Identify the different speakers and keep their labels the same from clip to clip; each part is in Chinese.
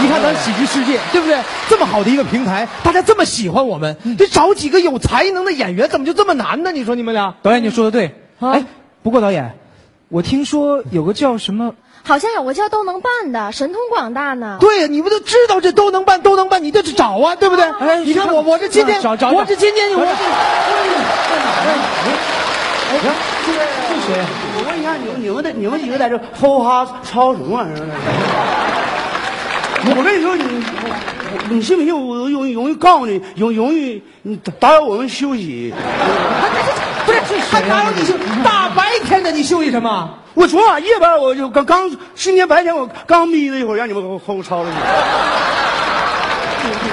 Speaker 1: 你看咱喜剧世界，对不对？这么好的一个平台，大家这么喜欢我们，
Speaker 2: 嗯
Speaker 1: 这找几个有才能的演员怎么就这么难呢？你说你们俩？
Speaker 2: 导演，你说的对。
Speaker 1: 啊
Speaker 2: 哎，不过导演，我听说有个叫什么，
Speaker 3: 好像有个叫都能办的，神通广大呢。
Speaker 1: 啊对呀，你不就知道这都能办，都能办，你就去找啊，对不对？
Speaker 2: 哎
Speaker 1: 你看我，我这今天，
Speaker 2: 找找找
Speaker 1: 我这今天，我这哎
Speaker 4: 我问一下，你们你们在你们几个在这吼哈吵什么玩意儿呢？我跟你说，你我你信不信？我容易容易告你，容容易你打扰我们休息。啊
Speaker 1: 不啊是还打扰你休，大白天的你休息什么？
Speaker 4: 嗯我昨晚夜班我就刚刚，今天白天我刚眯了一会儿，让你们吼吼吵了你。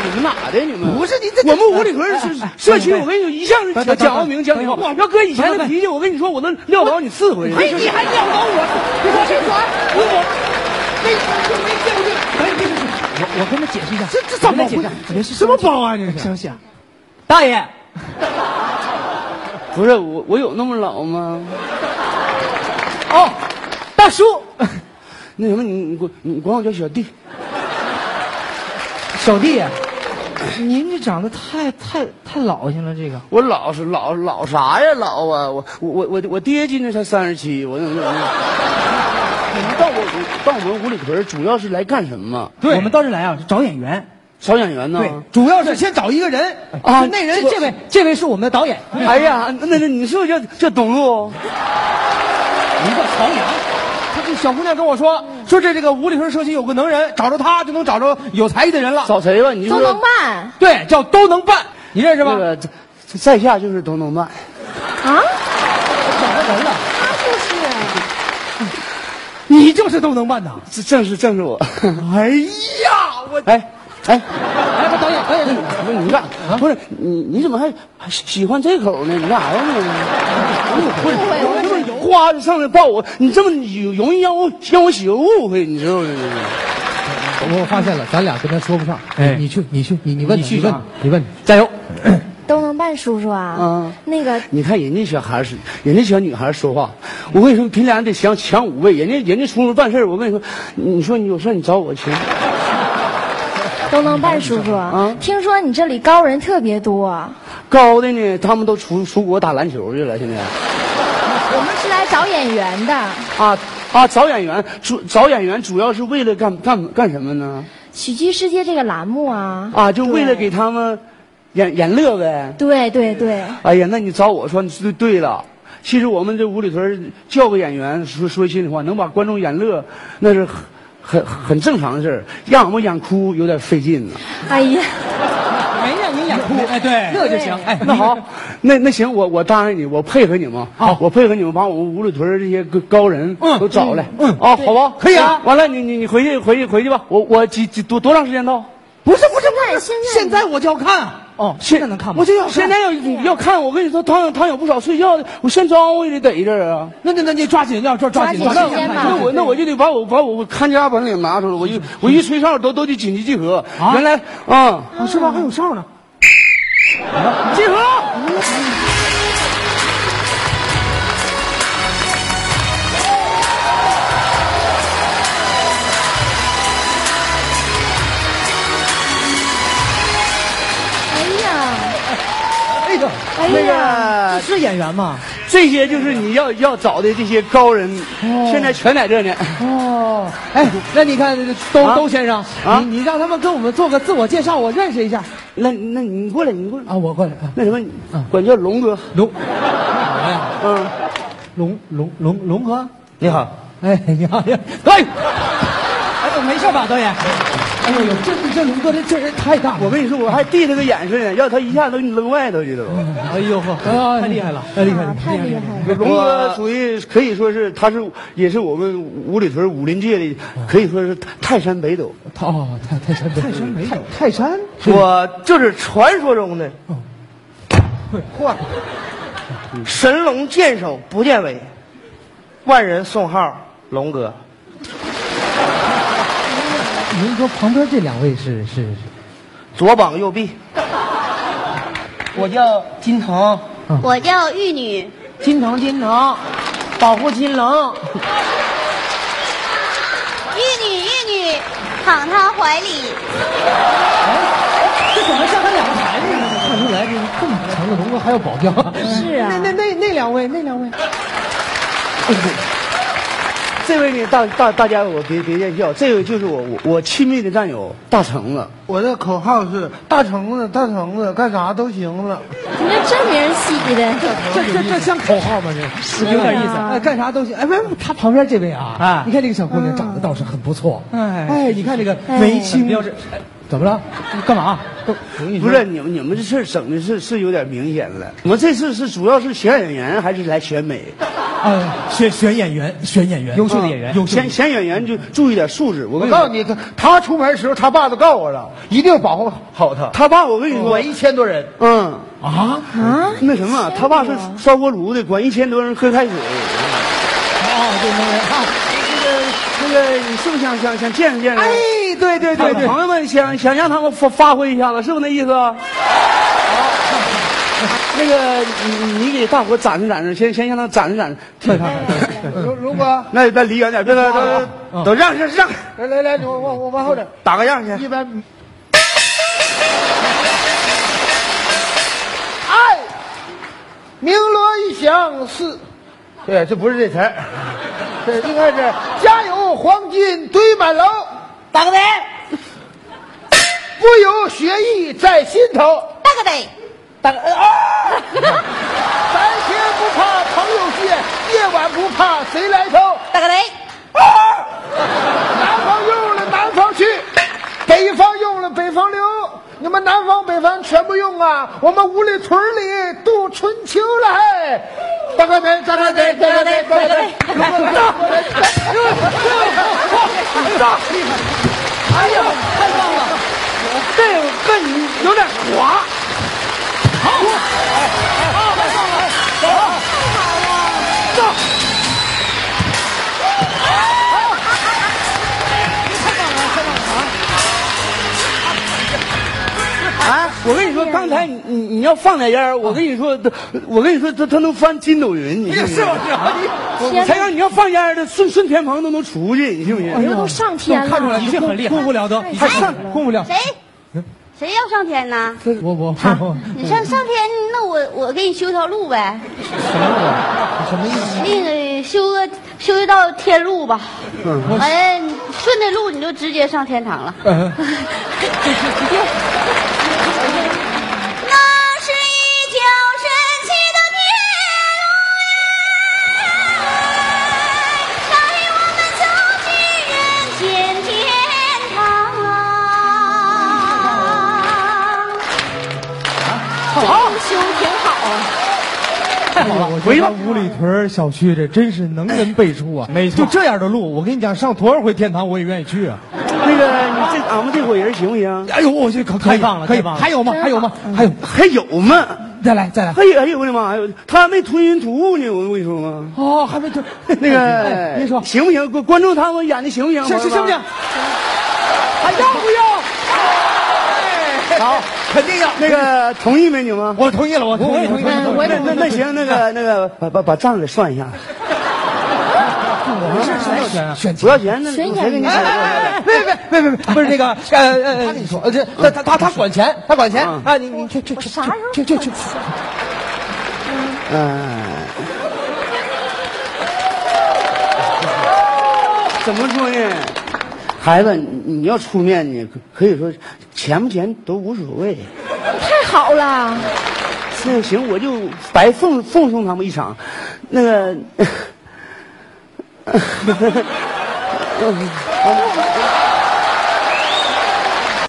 Speaker 4: 你们哪的你们？
Speaker 1: 不是你这
Speaker 4: 我们五里屯 社
Speaker 2: 哎
Speaker 4: 社区，我跟你说，一向是
Speaker 2: 等等
Speaker 4: 蒋蒋浩明讲理
Speaker 2: 等一会
Speaker 4: 话。
Speaker 2: 儿
Speaker 4: 要搁以前
Speaker 2: 等
Speaker 4: 的
Speaker 2: 等
Speaker 4: 脾气，我跟你说，我能撂倒你四回。
Speaker 1: 哎，你还撂倒我？我这管我我没就没见过这。哎，别别别
Speaker 2: 我我跟他解释一下，
Speaker 1: 这这怎么
Speaker 2: 我跟他
Speaker 1: 回
Speaker 2: 解
Speaker 1: 事
Speaker 2: 释？
Speaker 1: 什么
Speaker 2: 包啊？这是大爷，
Speaker 4: 不是我，我有那么老吗？
Speaker 2: 哦，大叔，
Speaker 4: 那什么，你你管你管我叫小弟。
Speaker 2: 小弟，啊您这长得太太太老气了，这个
Speaker 4: 我老是老老啥呀老啊！我我我我爹今年才三十七，我怎么怎么？ 你们到我到我们五里屯主要是来干什么？
Speaker 2: 对，我们到这来啊是找演员，
Speaker 4: 找演员呢？
Speaker 2: 对，主要是先找一个人
Speaker 4: 啊
Speaker 2: 那人
Speaker 4: 我
Speaker 2: 这位这位是我们的导演，
Speaker 4: 哎呀，那那你是不是叫叫董路？
Speaker 1: 你个朝阳。他这小姑娘跟我说，说这这个五里屯社区有个能人，找着他就能找着有才艺的人了。
Speaker 4: 找谁吧？你是
Speaker 3: 都
Speaker 4: 不
Speaker 3: 能
Speaker 4: 是
Speaker 3: 办
Speaker 1: 对，叫都能办，你认识
Speaker 4: 那
Speaker 1: 吗？
Speaker 4: 个在在下就是董董曼。
Speaker 3: 啊？
Speaker 1: 找着人了，
Speaker 3: 他就是
Speaker 1: 你就是都能办呐。
Speaker 4: 这正是正是我。
Speaker 1: 哎呀，我哎
Speaker 4: 哎哎，
Speaker 1: 来吧，导演，导演，
Speaker 4: 不是你干
Speaker 1: 啊
Speaker 4: 不是你你怎么还还喜喜欢这口呢？你干啥呀你？不是
Speaker 3: 误会
Speaker 4: 我这么花就上来抱我，你这么有容易让我让我媳妇误会，你知道吗？
Speaker 5: 我发现了，咱俩跟他说不上。
Speaker 2: 哎
Speaker 5: 你去，你去，你你问他，
Speaker 2: 你去
Speaker 5: 你问
Speaker 2: 啊
Speaker 5: 他，你问他。
Speaker 2: 加油！
Speaker 3: 都能办叔叔啊。
Speaker 4: 嗯
Speaker 3: 那个
Speaker 4: 你看人家小孩是，人家小女孩说话，我跟你说，比俩得强强五倍。人家人家出门办事儿我跟你说，你说你有事儿你找我去。
Speaker 3: 都能办叔叔，
Speaker 4: 啊
Speaker 3: 听说你这里高人特别多，
Speaker 4: 高的呢，他们都出出国打篮球去了，现在
Speaker 3: 我们是来找演员的，
Speaker 4: 啊啊，找演员主找演员主要是为了干干干什么呢？
Speaker 3: 喜剧世界这个栏目啊。
Speaker 4: 啊，就为
Speaker 3: 对
Speaker 4: 了给他们演演乐呗。
Speaker 3: 对对对，
Speaker 4: 哎呀，那你找我说你对对了。其实我们这五里屯叫个演员，说说心里话，能把观众演乐，那是很很很正常的事儿。让我们演哭有点费劲呢。
Speaker 3: 哎呀，
Speaker 2: 没让你演哭，哎，对，这就行，哎，
Speaker 4: 那 好，那那行，我我答应你，我配合你们。
Speaker 2: 好
Speaker 4: 我配合你们，把我们五里屯这些高高人
Speaker 2: 嗯
Speaker 4: 都找来。
Speaker 2: 嗯
Speaker 4: 啊，好吧，
Speaker 2: 可以啊
Speaker 4: 完了，你你你回去回去回去吧。我我几几多多长时间到？
Speaker 1: 不是不是不是，
Speaker 3: 现在
Speaker 1: 现在我就要看啊。
Speaker 2: 哦，现在能看吗？
Speaker 4: 我就要现在要要看，我跟你说，他有他有不少睡觉的，我现招呼也得逮一阵儿啊。
Speaker 1: 那那那你抓紧要抓抓紧
Speaker 3: 抓紧时间吧
Speaker 4: 那我那我就得把我把我看家本领拿出来，我一我一吹哨都都得紧急集合。原来啊，
Speaker 1: 啊是吧？还有哨呢。
Speaker 4: 集合。
Speaker 3: 哎呀，
Speaker 2: 哎呦，
Speaker 3: 哎呀，
Speaker 2: 这是演员吗？
Speaker 4: 这些就是你要要找的这些高人，现在全在这呢。
Speaker 2: 哦，哎，那你看都
Speaker 4: 啊
Speaker 2: 都先生，
Speaker 4: 啊
Speaker 2: 你你让他们跟我们做个自我介绍，我认识一下
Speaker 4: 那那你过来，你过来。
Speaker 2: 啊，我过来啊，
Speaker 4: 那什么，你管叫龙哥。
Speaker 2: 龙，我呀，
Speaker 4: 嗯，
Speaker 2: 龙龙龙龙哥，
Speaker 4: 你好。
Speaker 2: 哎，你好，你好哎，哎，没事吧，导演？哎呦呦，这这龙哥这这人太大了，
Speaker 4: 我跟你说，我还递他个眼神呢，要他一下都给你扔外头去了。
Speaker 2: 哎呦呵，太厉害了，太厉害了，
Speaker 3: 太厉害了。
Speaker 4: 龙哥属于可以说是，他是也是我们五里屯武林界的，可以说是泰山北斗。
Speaker 2: 太哦，太太山太山没有，
Speaker 1: 泰山，
Speaker 4: 我就是传说中的
Speaker 1: 嚯，
Speaker 4: 神龙见首不见尾，万人送号龙哥。
Speaker 2: 龙哥旁边这两位是是是，
Speaker 4: 左膀右臂。我叫金童，
Speaker 6: 我叫玉女，
Speaker 1: 金童金童，保护金龙。
Speaker 6: 玉女玉女，躺他怀里。
Speaker 7: 这怎么上他两个台子呢？
Speaker 2: 看出来这这么强的龙哥还要保镖，
Speaker 3: 是啊
Speaker 7: 那，那 那那两位，那两位，
Speaker 4: 这位呢，大大大家我别别见笑，这位就是我我我亲密的战友大橙子。
Speaker 8: 我的口号是大橙子，大橙子，干啥都行了。
Speaker 3: 你这这名儿起的，
Speaker 8: 这这这像口号吗？这
Speaker 7: 是有点意思。
Speaker 2: 哎，干啥都行。哎，不是，他旁边这位啊，
Speaker 7: 啊
Speaker 2: 你看这个小姑
Speaker 8: 嗯
Speaker 2: 娘长得倒是很不错，
Speaker 7: 哎
Speaker 2: 哎，你看这个
Speaker 3: 哎
Speaker 2: 眉清，
Speaker 7: 标志，
Speaker 2: 怎么了？
Speaker 7: 你干嘛？
Speaker 4: 不是你们你们这事儿整的是是有点明显了。我们这次是主要是选演员还是来选美？
Speaker 2: 啊，选选演员，选演员，啊
Speaker 7: 优
Speaker 4: 嗯
Speaker 7: 秀的演员
Speaker 2: 优秀的
Speaker 4: 选选演员就注意点素质。我
Speaker 8: 我
Speaker 4: 跟你
Speaker 8: 告诉
Speaker 4: 说，
Speaker 8: 你，他他出门的时候，他爸都告诉我了，一定保护好他。
Speaker 4: 他爸我跟你说
Speaker 8: 管，一千多人，
Speaker 4: 嗯，
Speaker 2: 啊，
Speaker 3: 啊，
Speaker 4: 那什么，他爸是烧锅炉的，管一千多人喝开水。
Speaker 2: 啊，对，那个啊
Speaker 4: 那个那个，你是不是想想想见识见识？
Speaker 2: 哎，对对对对，
Speaker 4: 朋友们想想让他们发发挥一下子，是不是那 意思啊？那个你你给大伙展示展示，先先让他展示展示。
Speaker 8: 如如果
Speaker 4: 那那离远点，别别别，都都让让让，
Speaker 8: 来来来，我我我往后点，
Speaker 4: 打个样去。
Speaker 8: 一百米。哎，鸣锣一响四，对，这不是这词儿，这应该是家有黄金堆满楼，
Speaker 6: 大个得，
Speaker 8: 不有学艺在心头。
Speaker 6: 大个得，
Speaker 8: 大哥，啊！白天不怕朋友见，夜晚不怕谁来偷。
Speaker 6: 大个得，
Speaker 8: 啊！南方用了南方去，北方用了北方留。你们南方北方全不用啊！我们五里屯里度春秋了，嘿！大哥得，大哥得，大哥得，大哥得，
Speaker 7: 哎呀，太棒了！
Speaker 4: 这跟你有点滑。啊！我跟你说，刚才你你你要放点烟儿，我跟你说，他我跟你说，他他能翻筋斗云，你信不信？我我才让你要放烟儿的，顺顺天棚都能出去，你信不信？
Speaker 3: 哎呦都上天了，
Speaker 2: 看出来
Speaker 7: 的确很厉害
Speaker 2: 功夫了得，还
Speaker 3: 太厉害
Speaker 2: 上
Speaker 3: 了
Speaker 2: 功夫了。
Speaker 6: 谁？谁要上天呢？
Speaker 2: 我我我
Speaker 6: 你上上天，那我我给你修条路呗，
Speaker 2: 啊什么意思？
Speaker 6: 那个修个修一道天路吧，
Speaker 2: 嗯
Speaker 6: 完了你顺着路你就直接上天堂了。
Speaker 2: 呃
Speaker 6: 那是一条神奇的天路呀，带领我们走进人间天堂啊！
Speaker 2: 太好了！我觉得五里屯小区这真是能人辈出啊！
Speaker 7: 没错
Speaker 2: 就这样的路，我跟你讲，上多少回天堂我也愿意去啊！
Speaker 4: 那个，你这俺们这伙人行不行？
Speaker 2: 哎呦，我去，可可以
Speaker 7: 太棒了
Speaker 2: 可以
Speaker 7: 太棒了
Speaker 2: 还有吗？还有吗？还有，
Speaker 4: 还有吗？
Speaker 2: 再来，再来。
Speaker 4: 还有，哎呦我的妈呀！他还没吞云吐雾呢，我跟你说吗？
Speaker 2: 哦，还没对，
Speaker 4: 那
Speaker 2: 哎
Speaker 4: 个，
Speaker 2: 您说，
Speaker 4: 行不行？观观众他们演的行不行？
Speaker 2: 行行行不行？
Speaker 4: 还要不要？
Speaker 2: 好，肯定要。
Speaker 4: 那个同意没你们？
Speaker 2: 我同意了，我同意，
Speaker 3: 同意
Speaker 2: 我
Speaker 3: 我也
Speaker 4: 那那那行，那个那个，把把把账给算一下，
Speaker 2: 选选
Speaker 4: 不要钱，那
Speaker 3: 选
Speaker 4: 我谁给你
Speaker 3: 演员
Speaker 4: 算？
Speaker 2: 别别别别别，不是那个呃呃，他跟你说，呃这他他他他管钱，他管钱
Speaker 4: 嗯
Speaker 2: 啊！你你去去
Speaker 3: 我
Speaker 2: 去
Speaker 3: 啥时候
Speaker 2: 去去去去，
Speaker 4: 嗯。怎么说呢？孩子，你你要出面呢，可可以说钱不钱都无所谓。
Speaker 3: 太好了，
Speaker 4: 那行，我就白奉奉送他们一场。那个，